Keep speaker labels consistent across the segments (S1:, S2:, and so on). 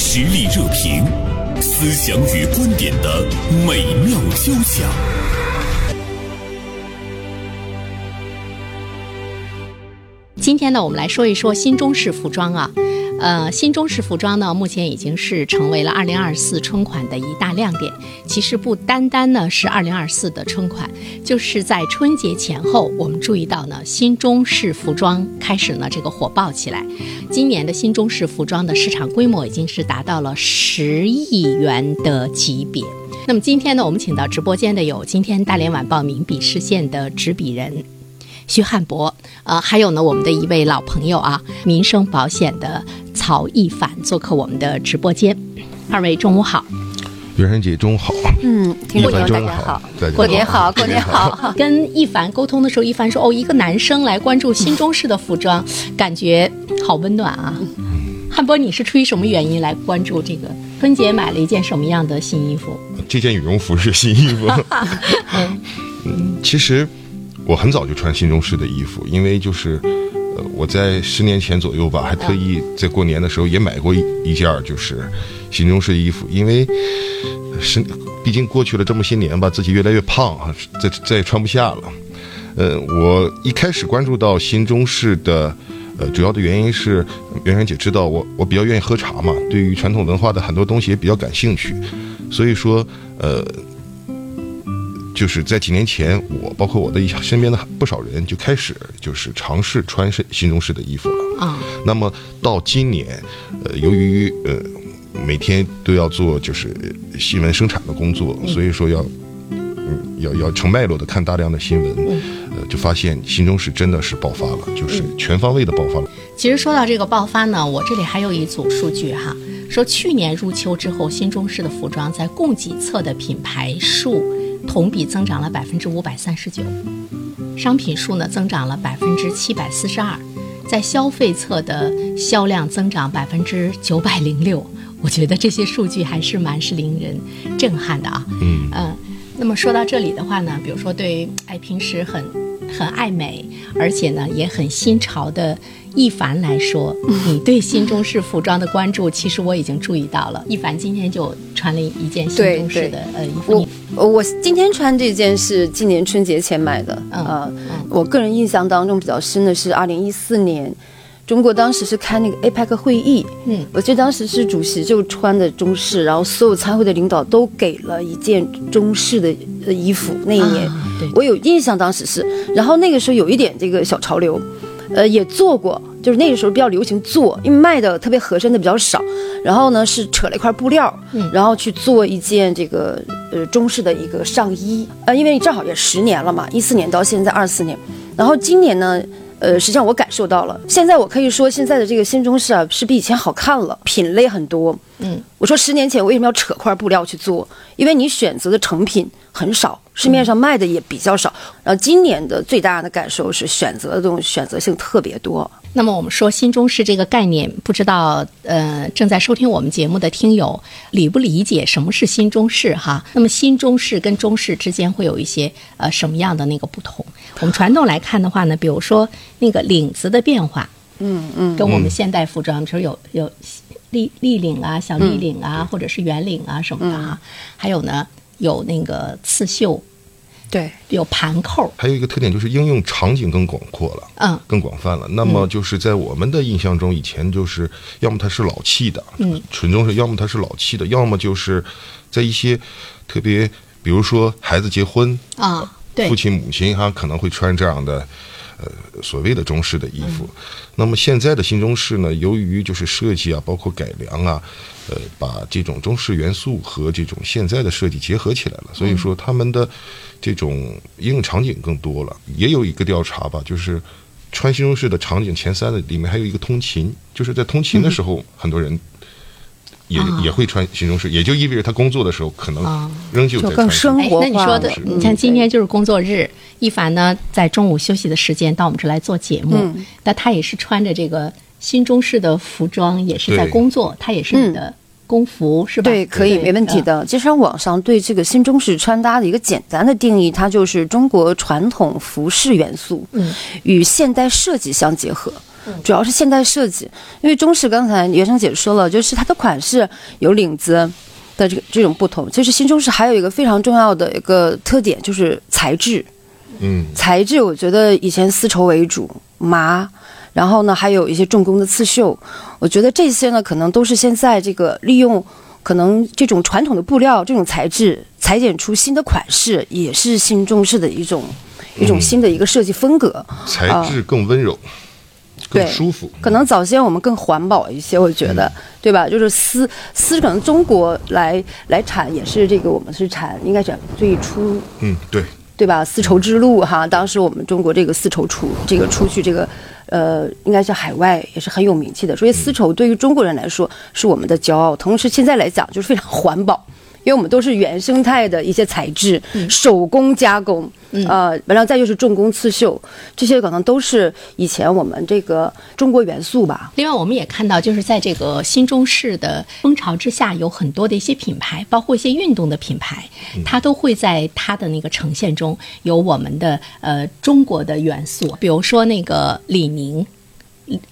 S1: 实力热评，思想与观点的美妙交响。
S2: 今天呢，我们来说一说新中式服装啊。呃，新中式服装呢，目前已经是成为了2024春款的一大亮点。其实不单单呢是2024的春款，就是在春节前后，我们注意到呢，新中式服装开始呢这个火爆起来。今年的新中式服装的市场规模已经是达到了十亿元的级别。那么今天呢，我们请到直播间的有今天大连晚报名笔视线的执笔人徐汉博，呃，还有呢，我们的一位老朋友啊，民生保险的曹一凡做客我们的直播间。二位中午好，
S3: 袁生姐中午好，
S4: 嗯，听众朋
S3: 一凡
S4: 友大
S3: 中午
S4: 家
S3: 好
S4: 好，，
S3: 大家
S4: 过年好，过年。好。
S2: 跟一凡沟通的时候，一凡说：“哦，一个男生来关注新中式的服装，感觉好温暖啊。”汉博，你是出于什么原因来关注这个？春节买了一件什么样的新衣服？
S3: 这件羽绒服是新衣服。
S2: 嗯
S3: 其实我很早就穿新中式的衣服，因为就是，呃，我在十年前左右吧，还特意在过年的时候也买过一一件儿就是新中式的衣服，因为呃是毕竟过去了这么些年吧，自己越来越胖啊，再再也穿不下了。呃，我一开始关注到新中式的，呃，主要的原因是圆圆姐知道我我比较愿意喝茶嘛，对于传统文化的很多东西也比较感兴趣，所以说，呃，就是在几年前，我包括我的一身边的不少人就开始就是尝试穿新新中式的衣服了。
S2: 啊，
S3: 那么到今年，呃，由于呃每天都要做就是呃新闻生产的工作，所以说要嗯要要成脉络的看大量的新闻，呃，就发现新中式真的是爆发了，就是全方位的爆发了。
S2: 其实说到这个爆发呢，我这里还有一组数据哈，说去年入秋之后，新中式的服装在供给侧的品牌数同比增长了百分之五百三十九，商品数呢增长了百分之七百四十二，在消费侧的销量增长百分之九百零六。我觉得这些数据还是蛮是令人震撼的啊。嗯那么说到这里的话呢，比如说对于哎平时很很爱美，而且呢也很新潮的一凡来 说，你对新中式服装的关注，其实我已经注意到了。一凡今天就穿了一件新
S4: 对
S2: 中式
S4: 对
S2: 的呃衣服
S4: 我，我今天穿这件是今年春节前买的，呃，我个人印象当中比较深的是二零一四年，中国当时是开那个 APEC 会议，
S2: 嗯，
S4: 我记得当时是主席就穿的中式，然后所有参会的领导都给了一件中式的呃衣服，那一年、
S2: 啊对
S4: 我有印象当时是，然后那个时候有一点这个小潮流，呃，也做过，就是那个时候比较流行做，因为卖的特别合身的比较少。然后呢是扯了一块布料，
S2: 嗯
S4: 然后去做一件这个呃中式的一个上衣，呃，因为正好也十年了嘛，一四年到现在二四年，然后今年呢。呃，实际上我感受到了，现在我可以说现在的这个新中式啊，是比以前好看了，品类很多。嗯，我说十年前我为什么要扯块布料去做？因为你选择的成品很少，市面上卖的也比较少。然后今年的最大的感受是选择的东西选择性特别多。
S2: 那么我们说新中式这个概念，不知道呃正在收听我们节目的听友理不理解什么是新中式哈？那么新中式跟中式之间会有一些呃什么样的那个不同？我们传统来看的话呢，比如说那个领子的变化，嗯嗯，跟我们现代服装，比如有有立立领啊、小立领啊，或者是圆领啊什么的哈、还有呢有那个刺绣，
S4: 对，
S2: 有盘扣，
S3: 还有一个特点就是应用场景更广阔了。
S2: 嗯
S3: 更广泛了。那么就是在我们的印象中，以前就是要么它是老气的，嗯，纯中式；要么它是老气的，要么就是在一些特别，比如说孩子结婚，
S2: 啊，对
S3: 父，亲母亲哈可能会穿这样的。呃，所谓的中式的衣服，那么现在的新中式呢，由于就是设计啊，包括改良啊，呃，把这种中式元素和这种现在的设计结合起来了，所以说他们的这种应用场景更多了。也有一个调查吧，就是穿新中式的场景前三的里面还有一个通勤，就是在通勤的时候，很多人也、也会穿新中式，也就意味着他工作的时候可能仍旧在
S4: 就
S3: 穿
S4: 更
S3: 新中式
S4: 生活化了。
S2: 哎。那你说的，
S3: 是
S2: 你看今天就是工作日，一凡呢在中午休息的时间到我们这儿来做节目，
S4: 嗯
S2: 那他也是穿着这个新中式的服装，也是在
S3: 对
S2: 工作，他也是你的工服、是吧？
S4: 嗯对，可以，没问题
S2: 嗯
S4: 的。其实网上对这个新中式穿搭的一个简单的定义，它就是中国传统服饰元素，
S2: 嗯，
S4: 与现代设计相结合。主要是现代设计。因为中式刚才袁生姐说了，就是它的款式有领子的这个这种不同，就是新中式还有一个非常重要的一个特点就是材质。
S3: 嗯，
S4: 材质我觉得以前丝绸为主，麻，然后呢还有一些重工的刺绣，我觉得这些呢可能都是现在这个利用可能这种传统的布料这种材质裁剪出新的款式，也是新中式的一种一种新的一个设计风格。
S3: 材质更温柔，更
S4: 对
S3: 舒服。
S4: 可能早先我们更环保一些，我觉得，对吧？就是丝丝，可能中国来来产也是这个，我们是产应该讲最初
S3: 嗯，对，
S4: 对吧？丝绸之路哈，当时我们中国这个丝绸出这个出去这个，呃，应该是海外也是很有名气的。所
S2: 嗯
S4: 以丝绸对于中国人来说是我们的骄傲，同时现在来讲就是非常环保，因为我们都是原生态的一些材质，
S2: 嗯
S4: 手工加工，呃，然后再就是重工刺绣，这些可能都是以前我们这个中国元素吧。
S2: 另外，我们也看到，就是在这个新中式的风潮之下，有很多的一些品牌，包括一些运动的品牌，它都会在它的那个呈现中有我们的呃中国的元素，比如说那个李宁，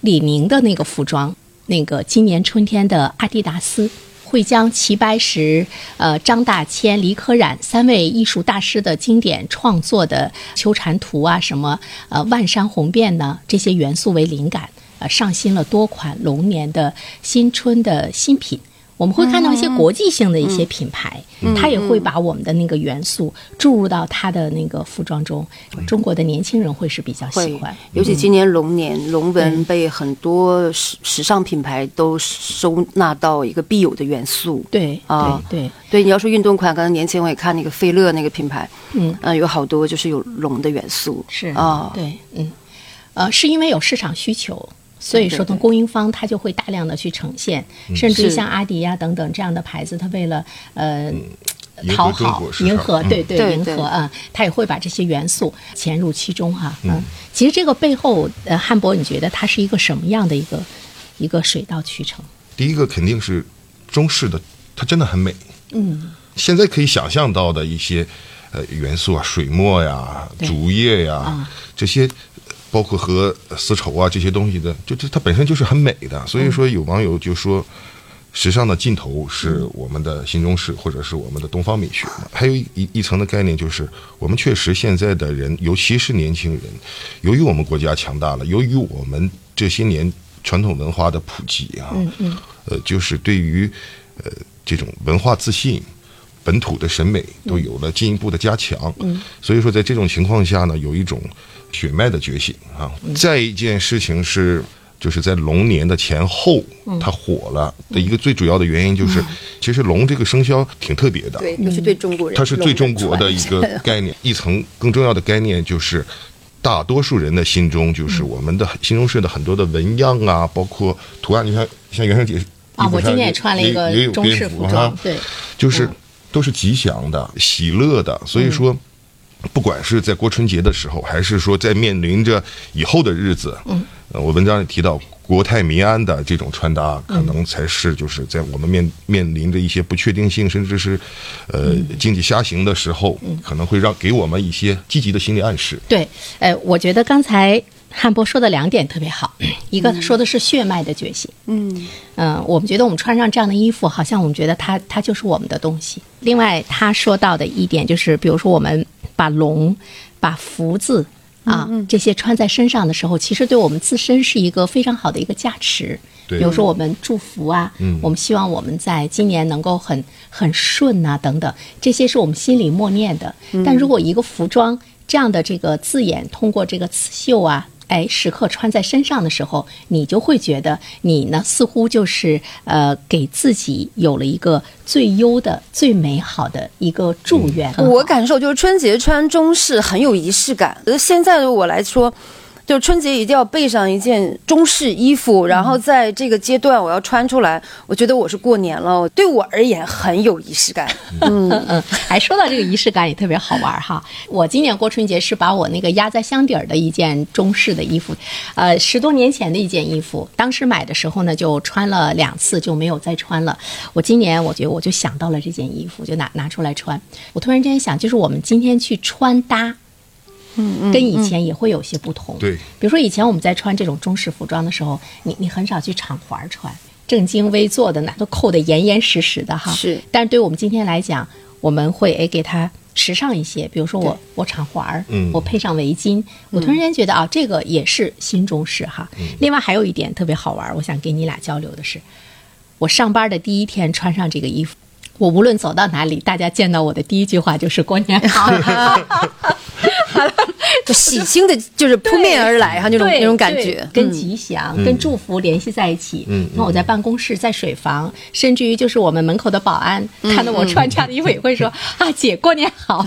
S2: 李宁的那个服装，那个今年春天的阿迪达斯。会将齐白石、呃张大千、黎可染三位艺术大师的经典创作的秋蝉图啊，什么呃万山红遍呢这些元素为灵感，呃上新了多款龙年的新春的新品。我们会看到一些国际性的一些品牌，它也会把我们的那个元素注入到它的那个服装中。中国的年轻人会是比较喜
S4: 会
S2: 欢。，嗯
S4: 尤其今年龙年，龙纹被很多时时尚品牌都收纳到一个必有的元素。
S2: 对，
S4: 啊
S2: 对对，
S4: 对，你要说运动款，刚才年前我也看那个菲乐那个品牌，
S2: 嗯，
S4: 呃，有好多就是有龙的元素，
S2: 是
S4: 啊，
S2: 对，嗯，呃，是因为有市场需求，所以
S4: 对
S2: 说呢，
S4: 对
S2: 供应方他就会大量的去呈现，
S3: 嗯
S2: 甚至于
S4: 是
S2: 像阿迪呀、等等这样的牌子，他为了呃。
S3: 嗯迎
S2: 讨
S3: 合中
S2: 好
S3: 国市场，嗯
S2: 迎合，对对
S4: 对
S2: 迎
S4: 对
S2: 合啊，他也会把这些元素潜入其中哈。嗯，其实这个背后，呃，汉博，你觉得它是一个什么样的一个一个水到渠成？
S3: 第一个肯定是中式的，它真的很美。嗯，现在可以想象到的一些呃元素啊，水墨呀、
S2: 对
S3: 竹叶呀、这些，包括和丝绸啊这些东西的，就这它本身就是很美的。所以说，有网友就说。时尚的尽头是我们的新中式，或者是我们的东方美学嘛。还有一一一层的概念就是，我们确实现在的人，尤其是年轻人，由于我们国家强大了，由于我们这些年传统文化的普及啊，呃，就是对于呃这种文化自信、本土的审美
S4: 嗯
S3: 都有了进一步的加强。嗯，所以说在这种情况下呢，有一种血脉的觉醒啊。
S4: 嗯
S3: 再一件事情是。就是在龙年的前后，
S4: 嗯
S3: 它火了的一个最主要的原因就是，其实龙这个生肖挺特别的，
S4: 对，尤其对中国人，
S3: 它是最中国的一
S4: 龙
S3: 个
S4: 传承
S3: 概念。一层更重要的概念就是，大多数人的心中就是
S4: 嗯
S3: 我们的新中式的很多的纹样啊，包括图案，你看像袁生姐
S2: 啊
S3: 衣，服
S2: 我今
S3: 上
S2: 天也穿了一
S3: 也也
S2: 个
S3: 有
S2: 中式
S3: 蝙
S2: 服
S3: 蝠
S2: 装
S3: 哈，，
S2: 对，嗯
S3: 就是都是吉祥的、喜乐的，所以说。不管是在过春节的时候，还是说在面临着以后的日子，嗯，呃，我文章里提到国泰民安的这种穿搭，
S2: 嗯
S3: 可能才是就是在我们面面临着一些不确定性，甚至是呃
S2: 嗯
S3: 经济下行的时候，可能会让给我们一些积极的心理暗示。
S2: 对，呃，我觉得刚才汉波说的两点特别好，一个他说的是血脉的觉醒，嗯我们觉得我们穿上这样的衣服，好像我们觉得它它就是我们的东西。另外，他说到的一点就是，比如说我们把龙、把福字啊这些穿在身上的时候，其实对我们自身是一个非常好的一个加持。
S3: 对
S2: 比如说我们祝福啊，我们希望我们在今年能够很很顺呐、等等，这些是我们心里默念的。但如果一个服装这样的这个字眼，通过这个刺绣啊。哎，时刻穿在身上的时候，你就会觉得你呢，似乎就是呃，给自己有了一个最优的、最美好的一个祝愿。
S4: 我感受就是春节穿中式很有仪式感。呃，现在的我来说，就春节一定要备上一件中式衣服，
S2: 嗯
S4: 然后在这个阶段我要穿出来，我觉得我是过年了，对我而言很有仪式感。
S2: 嗯， 哎，说到这个仪式感也特别好玩儿哈。我今年过春节是把我那个压在箱底儿的一件中式的衣服，呃，十多年前的一件衣服，当时买的时候呢就穿了两次就没有再穿了。我今年我觉得我就想到了这件衣服，就拿拿出来穿。我突然之间想，就是我们今天去穿搭。跟以前也会有些不同。
S3: 对，
S2: 比如说以前我们在穿这种中式服装的时候，你你很少去敞怀儿穿，正襟危坐的呢，都扣得严严实实的哈。
S4: 是
S2: 但是对我们今天来讲，我们会诶给它时尚一些，比如说我
S4: 对
S2: 我敞怀儿，
S3: 嗯
S2: 我配上围巾，我突然间觉得啊，这个也是新中式哈。另外还有一点特别好玩儿，我想跟你俩交流的是，我上班的第一天穿上这个衣服。我无论走到哪里，大家见到我的第一句话就是“过年好”，
S4: 就喜庆的，就是扑面而来哈，那种
S2: 对
S4: 那种感
S2: 对
S4: 觉，嗯
S2: 跟吉祥、跟祝福联系在一起。
S3: 嗯
S2: 那我在办公室、在水房，甚至于就是我们门口的保安，
S4: 嗯
S2: 看到我穿这样的衣服也会说：“啊，姐，过年好。”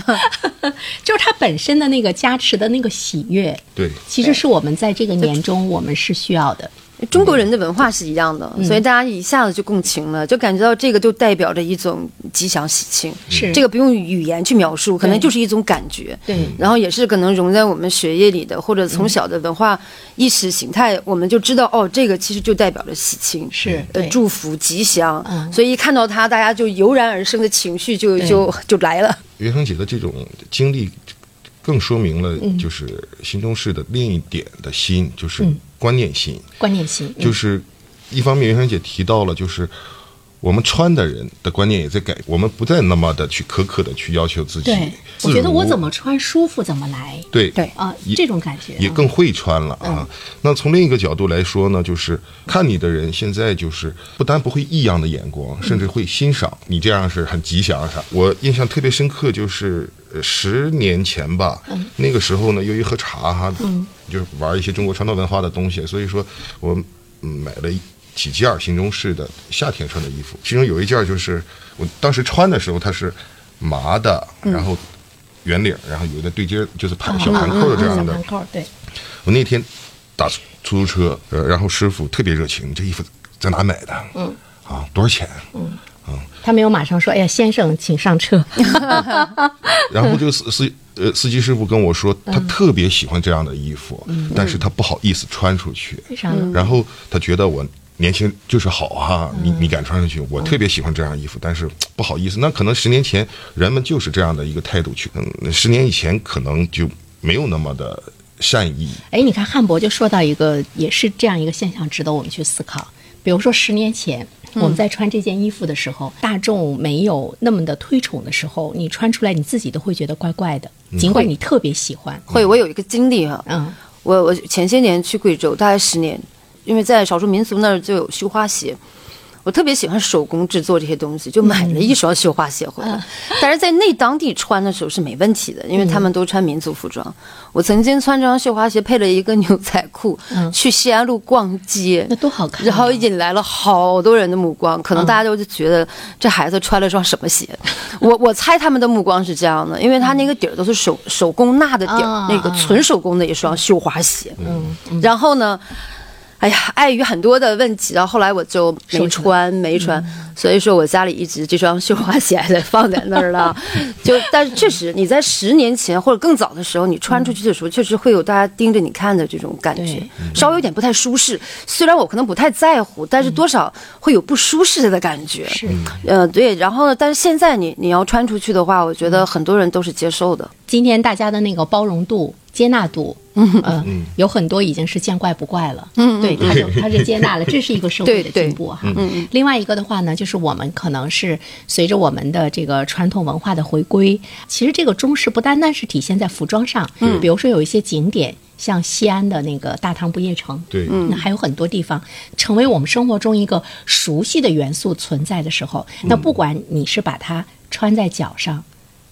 S2: 就是它本身的那个加持的那个喜悦，
S3: 对
S2: 其实是我们在这个年中我们是需要的。
S4: 中国人的文化是一样
S2: 嗯
S4: 的，所以大家一下子就共情了，就感觉到这个就代表着一种吉祥喜庆，
S2: 是
S4: 这个不用语言去描述，可能
S2: 对
S4: 就是一种感觉。
S2: 嗯对
S4: 然后也是可能融在我们血液里的，或者从小的文化意识形态，我们就知道哦，这个其实就代表着喜庆，
S2: 是
S4: 呃
S2: 对
S4: 祝福吉祥，
S2: 嗯
S4: 所以一看到它，大家就油然而生的情绪就
S2: 对
S4: 就就来了。
S3: 袁成姐的这种经历，更说明了
S2: 嗯
S3: 就是新中式的另一点的心，就是观念心，
S2: 观念性，嗯
S3: 就是一方面袁成姐提到了，就是我们穿的人的观念也在改，我们不再那么的去苛刻的去要求自己
S2: 对，，
S3: 自
S2: 我觉得我
S3: 如
S2: 怎么穿舒服怎么来
S3: 对
S4: 对
S2: 啊，
S3: 也
S2: 这种感觉
S3: 也更会穿了啊。那从另一个角度来说呢，就是看你的人现在就是不单不会异样的眼光，甚至会欣赏你这样是很吉祥啥。我印象特别深刻，就是呃十年前吧，那个时候呢，由于喝茶哈，就是玩一些中国传统文化的东西，所以说我嗯买了一几件儿新中式的夏天穿的衣服，其中有一件儿就是我当时穿的时候它是麻的，然后。圆领儿，然后有的对接就是
S2: 哦
S3: 盘小盘扣的这样的
S2: 啊嗯小盘扣，对，
S3: 我那天打出出租车，呃，然后师傅特别热情，你这衣服在哪买的？嗯，啊，多少钱？嗯，
S2: 他没有马上说：“哎呀，先生，请上车。
S3: 然后这个司司呃司机师傅跟我说，
S2: 嗯
S3: 他特别喜欢这样的衣服，但是他不好意思穿出去，
S2: 为啥呢
S3: 然后他觉得我。年轻就是好哈、你
S2: 嗯
S3: 你敢穿上去？我特别喜欢这样衣服，但是不好意思，那可能十年前人们就是这样的一个态度去，嗯，十年以前可能就没有那么的善意，”
S2: 哎，你看汉博就说到一个，也是这样一个现象，值得我们去思考。比如说十年前，我们在穿这件衣服的时候，大众没有那么的推崇的时候，你穿出来你自己都会觉得怪怪的，尽管你特别喜欢。
S4: 会，我有一个经历哈、
S2: 嗯，
S4: 我我前些年去贵州，大概十年，因为在少数民族那儿就有绣花鞋，我特别喜欢手工制作这些东西，就买了一双绣花鞋回
S2: 嗯
S4: 来。但是在那当地穿的时候是没问题的，因为他们都穿民族服装。我曾经穿这双绣花鞋配了一个牛仔裤，去西安路逛街，
S2: 嗯那多好看啊
S4: 然后引来了好多人的目光，可能大家就就觉得这孩子穿了双什么鞋。我我猜他们的目光是这样的，因为他那个底儿都是手手工纳的底儿，
S2: 啊
S4: 那个
S2: 啊
S4: 纯手工的一双绣花鞋。嗯，然后呢？哎呀，碍于很多的问题，然后后来我就没穿，没穿，所以说我家里一直这双绣花鞋还 在放在那儿了。就，但是确实你在十年前或者更早的时候，你穿出去的时候，确实会有大家盯着你看的这种感觉
S2: 对，
S4: 稍微有点不太舒适。虽然我可能不太在乎，但是多少会有不舒适的感觉。
S2: 是。
S4: 呃，对。然后呢，但是现在你你要穿出去的话，我觉得很多人都是接受的。
S2: 今天大家的那个包容度、接纳度，呃，有很多已经是见怪不怪了。嗯，对，他就他是接纳了，这是一个社会的进步哈。啊另外一个的话呢，就是我们可能是随着我们的这个传统文化的回归，其实这个中式不单单是体现在服装上，嗯，比如说有一些景点。像西安的那个大唐不夜城，
S3: 对
S2: 那还有很多地方成为我们生活中一个熟悉的元素存在的时候，那不管你是把它穿在脚上，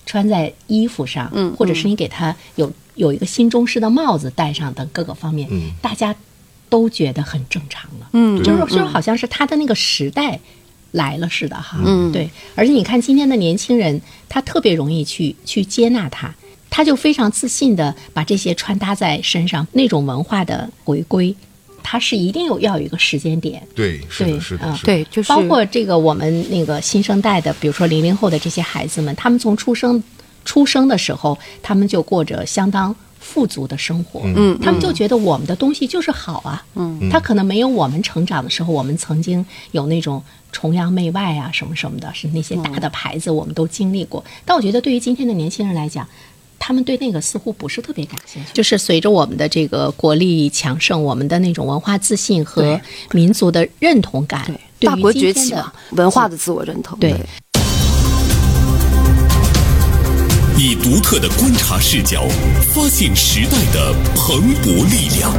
S2: 穿在衣服上，嗯，或者是你给它有有一个新中式的帽子戴上等各个方面，
S3: 嗯
S2: 大家都觉得很正常了，
S4: 嗯
S2: 就是就是好像是他的那个时代来了似的哈，嗯，对，而且你看今天的年轻人，他特别容易去去接纳他。他就非常自信的把这些穿搭在身上，那种文化的回归，它是一定有要有一个时间点，
S3: 对，是
S2: 对
S3: 的，是
S2: 啊
S3: 的，是的
S4: 对，就是
S2: 包括这个我们那个新生代的，比如说零零后的这些孩子们，他们从出生出生的时候，他们就过着相当富足的生活，嗯，他们就觉得我们的东西就是好啊，嗯，他可能没有我们成长的时候，我们曾经有那种崇洋媚外嗯啊什么什么的，是那些大的牌子我们都经历过，但我觉得对于今天的年轻人来讲。他们对那个似乎不是特别感兴趣。就是随着我们的这个国力强盛，我们的那种文化自信和民族的认同感，对
S4: 大
S2: 于
S4: 国
S2: 今
S4: 崛
S2: 天
S4: 起
S2: 的
S4: 嘛，文化的自我认同。
S2: 对
S1: 以独特的观察视角发现时代的蓬勃力量，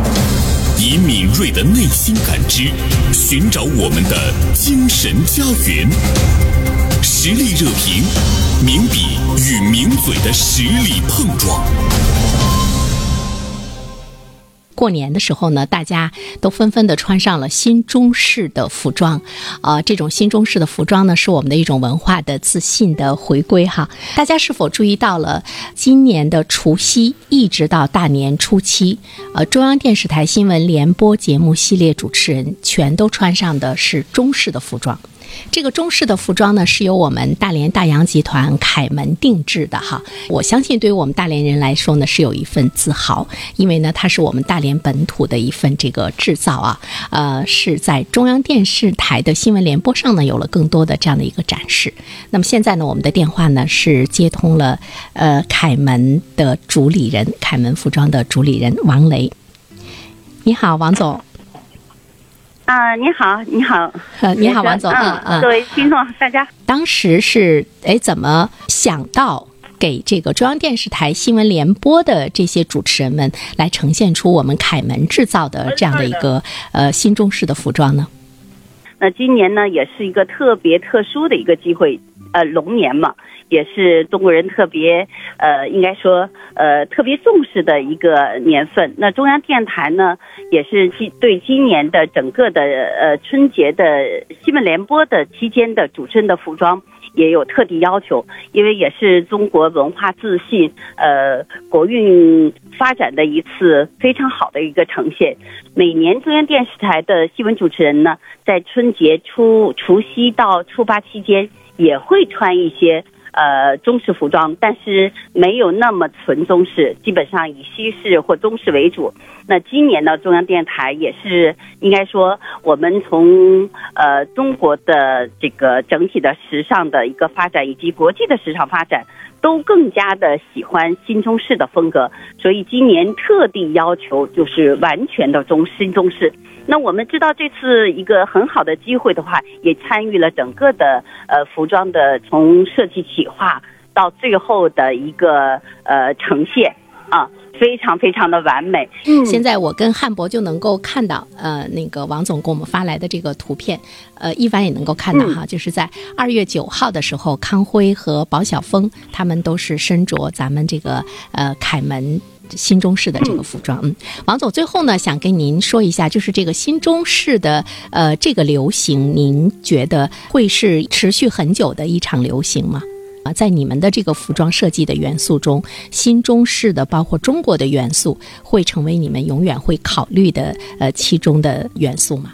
S1: 以敏锐的内心感知寻找我们的精神家园。实力热评，名笔与名嘴的实力碰撞。
S2: 过年的时候呢，大家都纷纷的穿上了新中式的服装，啊、这种新中式的服装呢，是我们的一种文化的自信的回归哈。大家是否注意到了，今年的除夕一直到大年初七，呃，中央电视台新闻联播节目系列主持人全都穿上的是中式的服装。这个中式的服装呢，是由我们大连大洋集团凯门定制的哈。我相信，对于我们大连人来说呢，是有一份自豪，因为呢，它是我们大连本土的一份这个制造啊。呃，是在中央电视台的新闻联播上呢，有了更多的这样的一个展示。那么现在呢，我们的电话呢是接通了呃凯门的主理人，凯门服装的主理人王雷。你好，王总。
S5: 啊，你好，你好，
S2: 呃，你好，
S5: 先生
S2: 王总。嗯嗯
S5: 各。位听众大家，
S2: 当时是哎怎么想到给这个中央电视台新闻联播的这些主持人们来呈现出我们凯门制造的这样的一个呃新中式的服装呢？
S5: 那今年呢也是一个特别特殊的一个机会，呃，龙年嘛，也是中国人特别呃，应该说呃特别重视的一个年份。那中央电台呢，也是今对今年的整个的呃春节的呃新闻联播的期间的主持人的服装。也有特地要求，因为也是中国文化自信、呃国运发展的一次非常好的一个呈现。每年中央电视台的新闻主持人呢，在春节初除夕到初八期间，也会穿一些呃中式服装，但是没有那么纯中式，基本上以西式或中式为主。那今年呢，中央电台也是应该说，我们从呃中国的这个整体的时尚的一个发展，以及国际的时尚发展，都更加的喜欢新中式的风格，所以今年特地要求就是完全的中新中式。那我们知道这次一个很好的机会的话，也参与了整个的呃服装的从设计企划到最后的一个呃呈现啊，非常非常的完美。嗯
S2: 现在我跟汉博就能够看到，呃，那个王总给我们发来的这个图片，呃，一凡也能够看到哈，就是在二月九号的时候，康辉和保晓峰他们都是身着咱们这个呃凯门。新中式的这个服装，嗯，王总，最后呢，想跟您说一下，就是这个新中式的呃这个流行，您觉得会是持续很久的一场流行吗？啊，在你们的这个服装设计的元素中，新中式的包括中国的元素，会成为你们永远会考虑的呃其中的元素吗？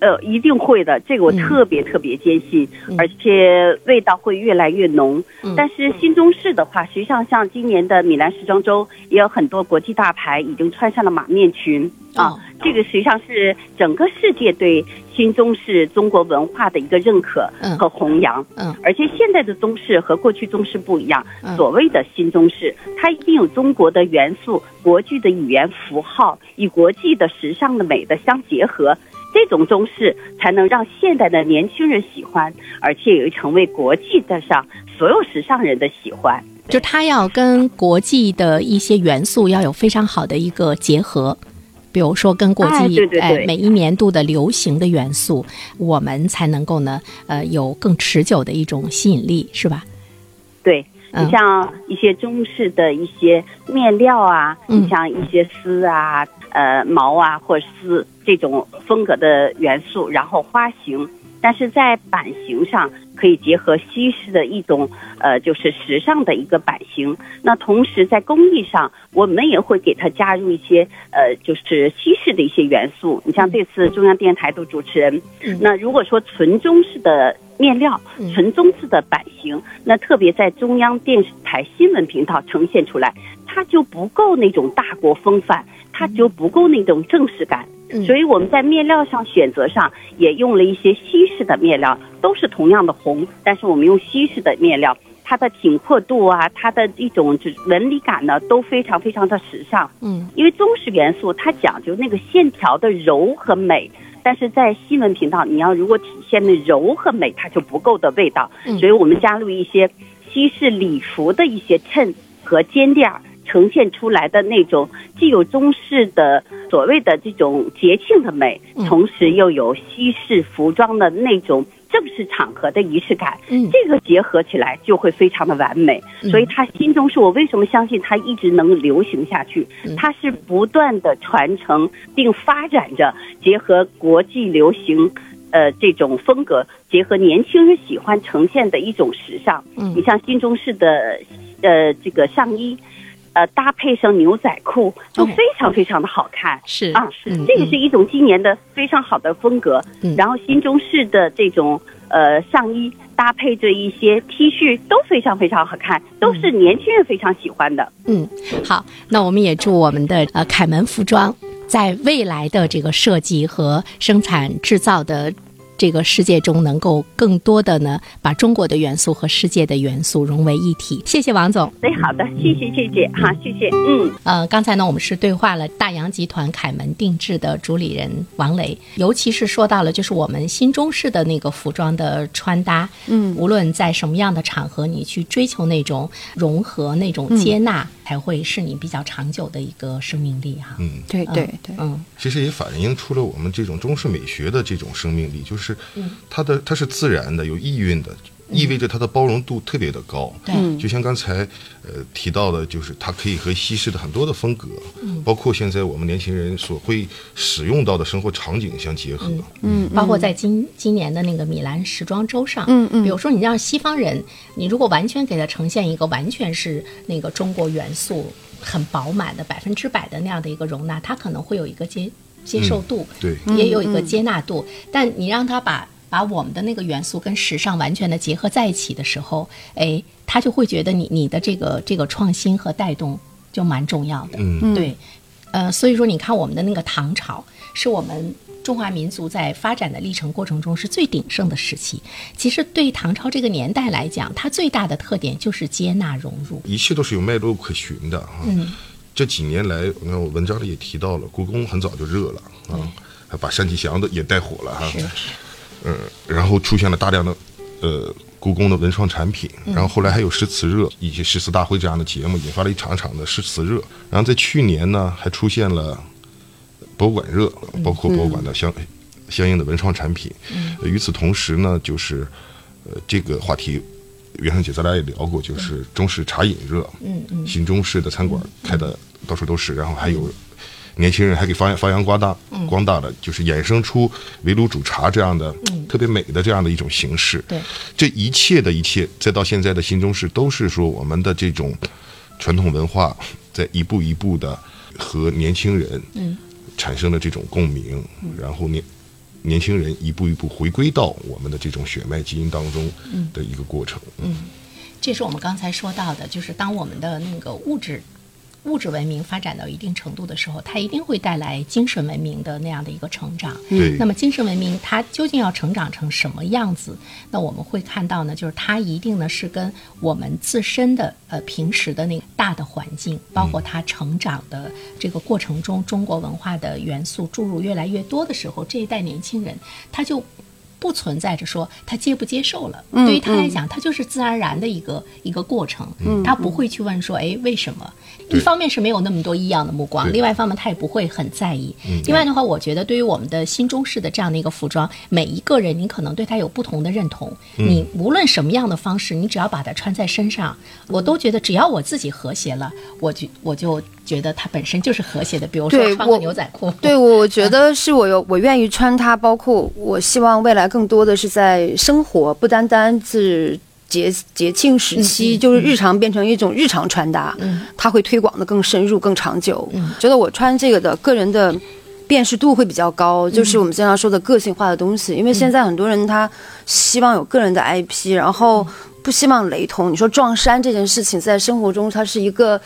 S5: 呃，一定会的，这个我
S2: 嗯
S5: 特别特别坚信，而且味道会越来越浓。
S2: 嗯
S5: 但是新中式的话，实际上像今年的米兰时装周，也有很多国际大牌已经穿上了马面裙、
S2: 哦
S5: 啊，这个实际上是整个世界对新中式中国文化的一个认可
S2: 嗯
S5: 和弘扬。
S2: 嗯
S5: 而且现在的中式和过去中式不一样，
S2: 嗯
S5: 所谓的新中式，它一定有中国的元素、国际的语言符号与国际的时尚的美的相结合。这种中式才能让现代的年轻人喜欢，而且也成为国际的上所有时尚人的喜欢。
S2: 就它要跟国际的一些元素要有非常好的一个结合，比如说跟国际、
S5: 哎对对对
S2: 每一年度的流行的元素，我们才能够呢呃有更持久的一种吸引力，是吧？
S5: 对，
S2: 嗯
S5: 你像一些中式的一些面料啊，
S2: 嗯
S5: 你像一些丝啊、呃毛啊或者丝这种风格的元素，然后花型，但是在版型上可以结合西式的一种呃就是时尚的一个版型。那同时在工艺上，我们也会给它加入一些呃就是西式的一些元素。你像这次中央电台的主持人，
S2: 嗯
S5: 那如果说纯中式的面料
S2: 嗯、
S5: 纯中式的版型，那特别在中央电视台新闻频道呈现出来，它就不够那种大国风范，它就不够那种正式感。
S2: 嗯
S5: 所以我们在面料上选择上也用了一些西式的面料，都是同样的红，但是我们用西式的面料。它的挺阔度啊，它的一种就是纹理感呢，都非常非常的时尚。
S2: 嗯
S5: 因为中式元素它讲究那个线条的柔和美，但是在西文频道，你要如果体现的柔和美，它就不够的味道。
S2: 嗯
S5: 所以我们加入一些西式礼服的一些衬和肩垫儿，呈现出来的那种既有中式的所谓的这种节庆的美
S2: 嗯，
S5: 同时又有西式服装的那种正式场合的仪式感。
S2: 嗯
S5: 这个结合起来就会非常的完美。
S2: 嗯
S5: 所以它新中式，我为什么相信它一直能流行下去
S2: 嗯？
S5: 它是不断的传承并发展着，结合国际流行。呃，这种风格结合年轻人喜欢呈现的一种时尚，
S2: 嗯
S5: 你像新中式的，呃，这个上衣，呃，搭配上牛仔裤，都
S2: 哦
S5: 非常非常的好看。
S2: 是
S5: 啊，
S2: 嗯
S5: 这个是一种今年的非常好的风格。
S2: 嗯
S5: 然后新中式的这种呃上衣搭配着一些 T 恤，都非常非常好看，都是年轻人非常喜欢的。
S2: 嗯，好，那我们也祝我们的呃凯门服装在未来的这个设计和生产制造的这个世界中，能够更多的呢把中国的元素和世界的元素融为一体。谢谢王总。
S5: 所以好的，谢谢谢谢哈，谢谢，嗯。
S2: 呃，刚才呢，我们是对话了大洋集团凯门定制的主理人王磊，尤其是说到了就是我们新中式的那个服装的穿搭，嗯，无论在什么样的场合，你去追求那种融合、那种接纳，才会是你比较长久的一个生命力哈、嗯
S4: 对对对，
S2: 嗯
S3: 其实也反映出了我们这种中式美学的这种生命力，就是
S4: 嗯
S3: 它的它是自然的，有意蕴的，意味着它的包容度特别的高。
S2: 对
S3: 就像刚才呃提到的，就是它可以和西式的很多的风格，
S4: 嗯
S3: 包括现在我们年轻人所会使用到的生活场景相结合。
S4: 嗯，
S2: 包括在今今年的那个米兰时装周上，
S4: 嗯嗯
S2: 比如说你让西方人，你如果完全给他呈现一个完全是那个中国元素很饱满的百分之百的那样的一个容纳，他可能会有一个接接受度，
S3: 对
S2: 也有一
S3: 嗯
S2: 个接纳度，但你让他把。把我们的那个元素跟时尚完全的结合在一起的时候，哎，他就会觉得你你的这个这个创新和带动就蛮重要的。
S3: 嗯
S2: 对，呃，所以说你看我们的那个唐朝，是我们中华民族在发展的历程过程中是最鼎盛的时期。其实对唐朝这个年代来讲，它最大的特点就是接纳融入。
S3: 一切都是有脉络可循的哈、
S4: 嗯
S3: 这几年来，你看我文章里也提到了，故宫很早就热了啊，
S4: 嗯
S3: 还把单霁翔的也带火了啊哈、嗯，然后出现了大量的呃故宫的文创产品，然后后来还有诗词热以及诗词大会这样的节目，引发了一场场的诗词热。然后在去年呢，还出现了博物馆热，包括博物馆的相、相应的文创产品。呃与此同时呢，就是呃这个话题。袁生姐，咱俩也聊过，就是中式茶饮热，嗯嗯，新中式的餐馆开的到处都是，然后还有年轻人还给发扬发扬光大，光大了，就是衍生出围炉煮茶这样的、特别美的这样的一种形式。
S2: 对，
S3: 这一切的一切，再到现在的新中式，都是说我们的这种传统文化在一步一步的和年轻人产生了这种共鸣，然后年年轻人一步一步回归到我们的这种血脉基因当中的一个过程。
S2: 这是我们刚才说到的，就是当我们的那个物质物质文明发展到一定程度的时候，它一定会带来精神文明的那样的一个成长。
S3: 对
S2: 那么精神文明它究竟要成长成什么样子？那我们会看到呢，就是它一定呢是跟我们自身的呃平时的那个大的环境，包括它成长的这个过程中，中国文化的元素注入越来越多的时候，这一代年轻人他就不存在着说他接不接受了，对于他来讲，他就是自然而然的一个一个过程，他不会去问说，哎，为什么？一方面是没有那么多异样的目光，
S3: 对
S2: 另外一方面他也不会很在意。另外的话，我觉得对于我们的新中式的这样的一个服装，每一个人你可能对他有不同的认同，你无论什么样的方式，你只要把它穿在身上，我都觉得只要我自己和谐了，我就我就觉得它本身就是和谐的。比如说
S4: 对
S2: 穿个
S4: 我
S2: 牛仔 裤，
S4: 对，我觉得是我有我愿意穿它，包括我希望未来更多的是在生活，不单单是节节庆时期，就是日常变成一种日常穿搭，它会推广的更深入、更长久。觉得我穿这个的个人的。辨识度会比较高，就是我们经常说的个性化的东西。因为现在很多人他希望有个人的 IP，然后不希望雷同。你说撞衫这件事情，在生活中它是一个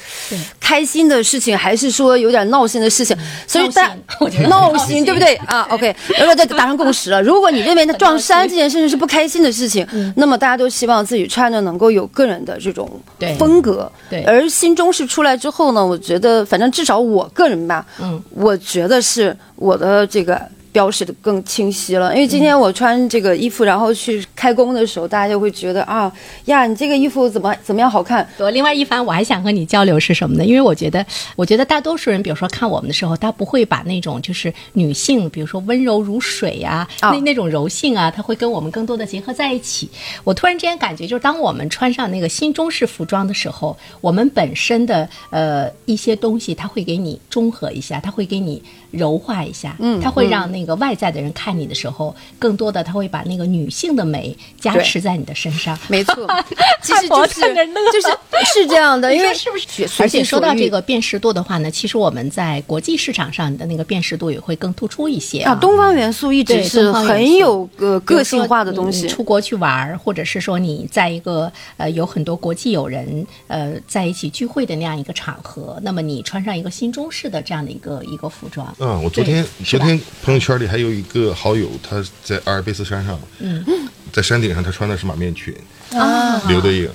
S4: 开心的事情，还是说有点闹心的事情？所以大
S2: 我觉得
S4: 闹
S2: 闹
S4: 心，
S2: 心
S4: 对不对啊？OK，如果这达成共识了，如果你认为那撞衫这件事情是不开心的事情，
S2: 嗯
S4: 那么大家都希望自己穿着能够有个人的这种
S2: 对
S4: 风格。
S2: 对
S4: 而新中式出来之后呢，我觉得反正至少我个人吧，
S2: 嗯，
S4: 我觉得是我的这个标识的更清晰了，因为今天
S2: 嗯
S4: 我穿这个衣服，然后去开工的时候，大家就会觉得啊呀，你这个衣服怎么怎么样好看？
S2: 我另外一番，我还想和你交流是什么呢？因为我觉得，我觉得大多数人，比如说看我们的时候，他不会把那种就是女性，比如说温柔如水呀、
S4: 啊
S2: 那那种柔性啊，他会跟我们更多的结合在一起。我突然之间感觉，就是当我们穿上那个新中式服装的时候，我们本身的呃一些东西，它会给你中和一下，它会给你柔化一下，嗯，它会让那个外在的人看你的时候，更多的他会把那个女性的美加
S4: 对
S2: 持在你的身上。
S4: 没 错，其实
S2: 我
S4: 就是
S2: 看着乐
S4: 就是是这样的，因为
S2: 是不是
S4: 随？
S2: 而
S4: 随
S2: 且
S4: 心
S2: 说
S4: 所
S2: 到
S4: 欲
S2: 这个辨识度的话呢，其实我们在国际市场上的那个辨识度也会更突出一些
S4: 啊，东方元素一直
S2: 对
S4: 是
S2: 东方元素
S4: 很有嗯个
S2: 比如
S4: 个性化的
S2: 说
S4: 东
S2: 你
S4: 西
S2: 你。出国去玩儿，或者是说你在一个呃有很多国际友人呃在一起聚会的那样一个场合，那么你穿上一个新中式的这样的一个一个服装，
S3: 啊，我昨
S2: 对
S3: 天
S2: 是
S3: 昨
S2: 吧
S3: 天朋友圈里还有一个好友，他在阿尔卑斯山上，嗯，在山顶上，他穿的是马面裙，
S2: 啊
S3: 留的影，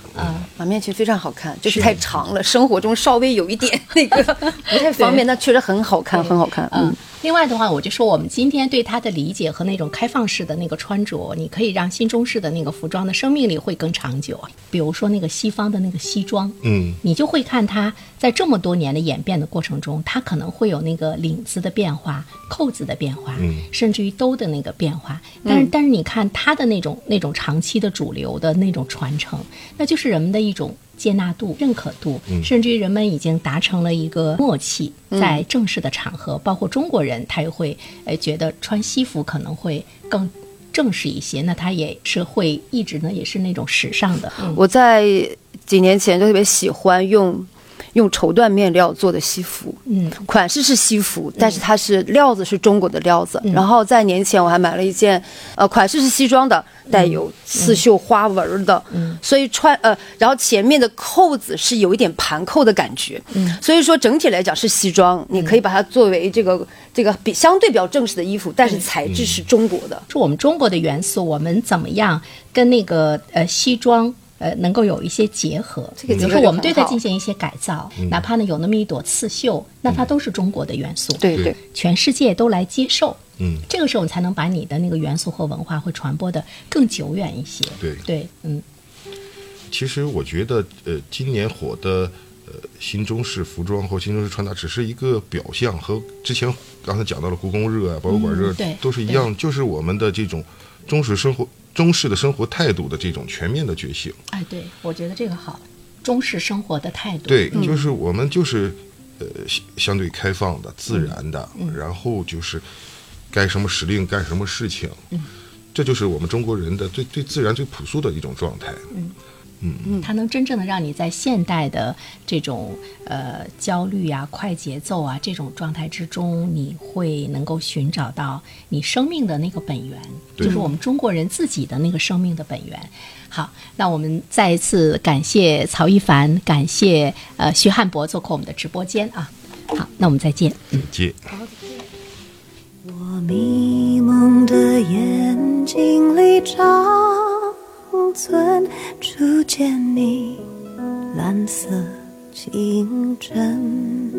S4: 马面裙非常好看，就是太长了，生活中稍微有一 点那个不太方便，但确实很好看，很好看。嗯
S2: 嗯，，另外的话，我就说我们今天对它的理解和那种开放式的那个穿着，你可以让新中式的那个服装的生命力会更长久啊。比如说那个西方的那个西装，
S3: 嗯，
S2: 你就会看它在这么多年的演变的过程中，它可能会有那个领子的变化、扣子的变化，
S3: 嗯
S2: 甚至于兜的那个变化。但是，但是你看它的那种那种长期的主流的那种传承，那就是人们的一种接纳度、认可度，甚至于人们已经达成了一个默契，在正式的场合，包括中国人，他也会呃觉得穿西服可能会更。正式一些，那他也是会一直呢，也是那种时尚的。嗯
S4: 我在几年前就特别喜欢用用绸缎面料做的西服，
S2: 嗯，
S4: 款式是西服，但是它是料子是中国的料子。然后在年前我还买了一件，呃，款式是西装的，带有刺绣花纹儿的，嗯、所以穿呃，然后前面的扣子是有一点盘扣的感觉，嗯、所以说整体来讲是西装，你可以把它作为这个这个比相对比较正式的衣服，但是材质是中国的。
S2: 是我们中国的元素，我们怎么样跟那个呃西装。呃，能够有一些结合，这
S4: 个
S2: 比
S4: 结
S2: 如
S4: 合
S2: 说
S4: 得
S2: 我们对它
S4: 很好
S2: 进行一些改造，哪怕呢有那么一朵刺绣，那它都是中国的元素，
S4: 对对，
S2: 全世界都来接受，
S3: 嗯，
S2: 这个时候你才能把你的那个元素和文化会传播的更久远一些，
S3: 对
S2: 对，嗯，
S3: 其实我觉得，呃，今年火的呃新中式服装或新中式穿搭只是一个表象，和之前刚才讲到了故宫热啊、博物馆热、
S2: 嗯对
S3: 都是一样，就是我们的这种中式生活、中式的生活态度的这种全面的觉醒。
S2: 哎，对，我觉得这个好，中式生活的态度，
S3: 对，就是我们就是呃相相对开放的、自然的，然后就是该什么时令干什么事情，这就是我们中国人的最最自然、最朴素的一种状态。
S2: 它能真正的让你在现代的这种呃焦虑啊、快节奏啊这种状态之中，你会能够寻找到你生命的那个本源，
S3: 对
S2: 就是我们中国人自己的那个生命的本源。好，那我们再一次感谢曹一凡，感谢呃徐汉博做客我们的直播间啊。好，那我们再见。
S3: 姐、
S6: 我迷蒙的眼睛里长存初见你蓝色清晨。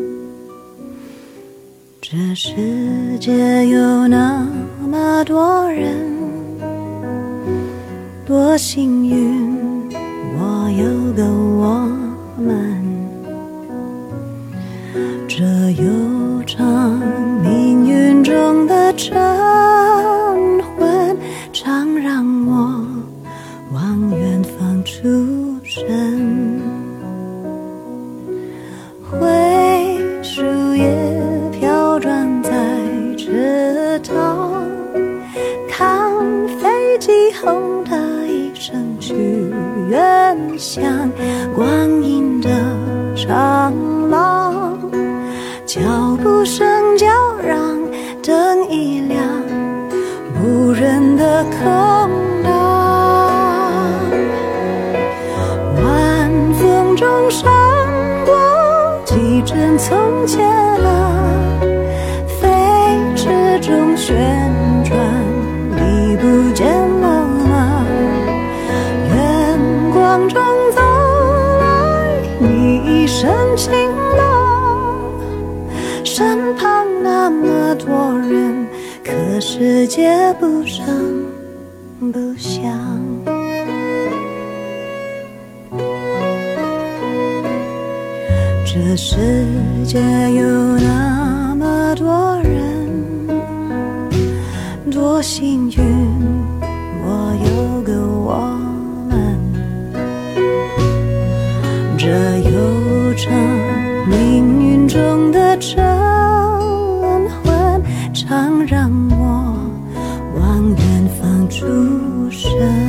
S6: 这世界有那么多人，多幸运，我有个我们。这悠长命运中的晨昏，常让我往远方出神。灰树叶飘转在池塘，看飞机轰的一声去远乡，光阴的长廊，脚步声叫嚷，灯一亮，无人的空荡。浪中走来，你一身晴朗，身旁那么多人，可世界不声不响。这世界有那么多人，多幸运，我有个我们。这又成命运中的晨昏，常让我望远方出神。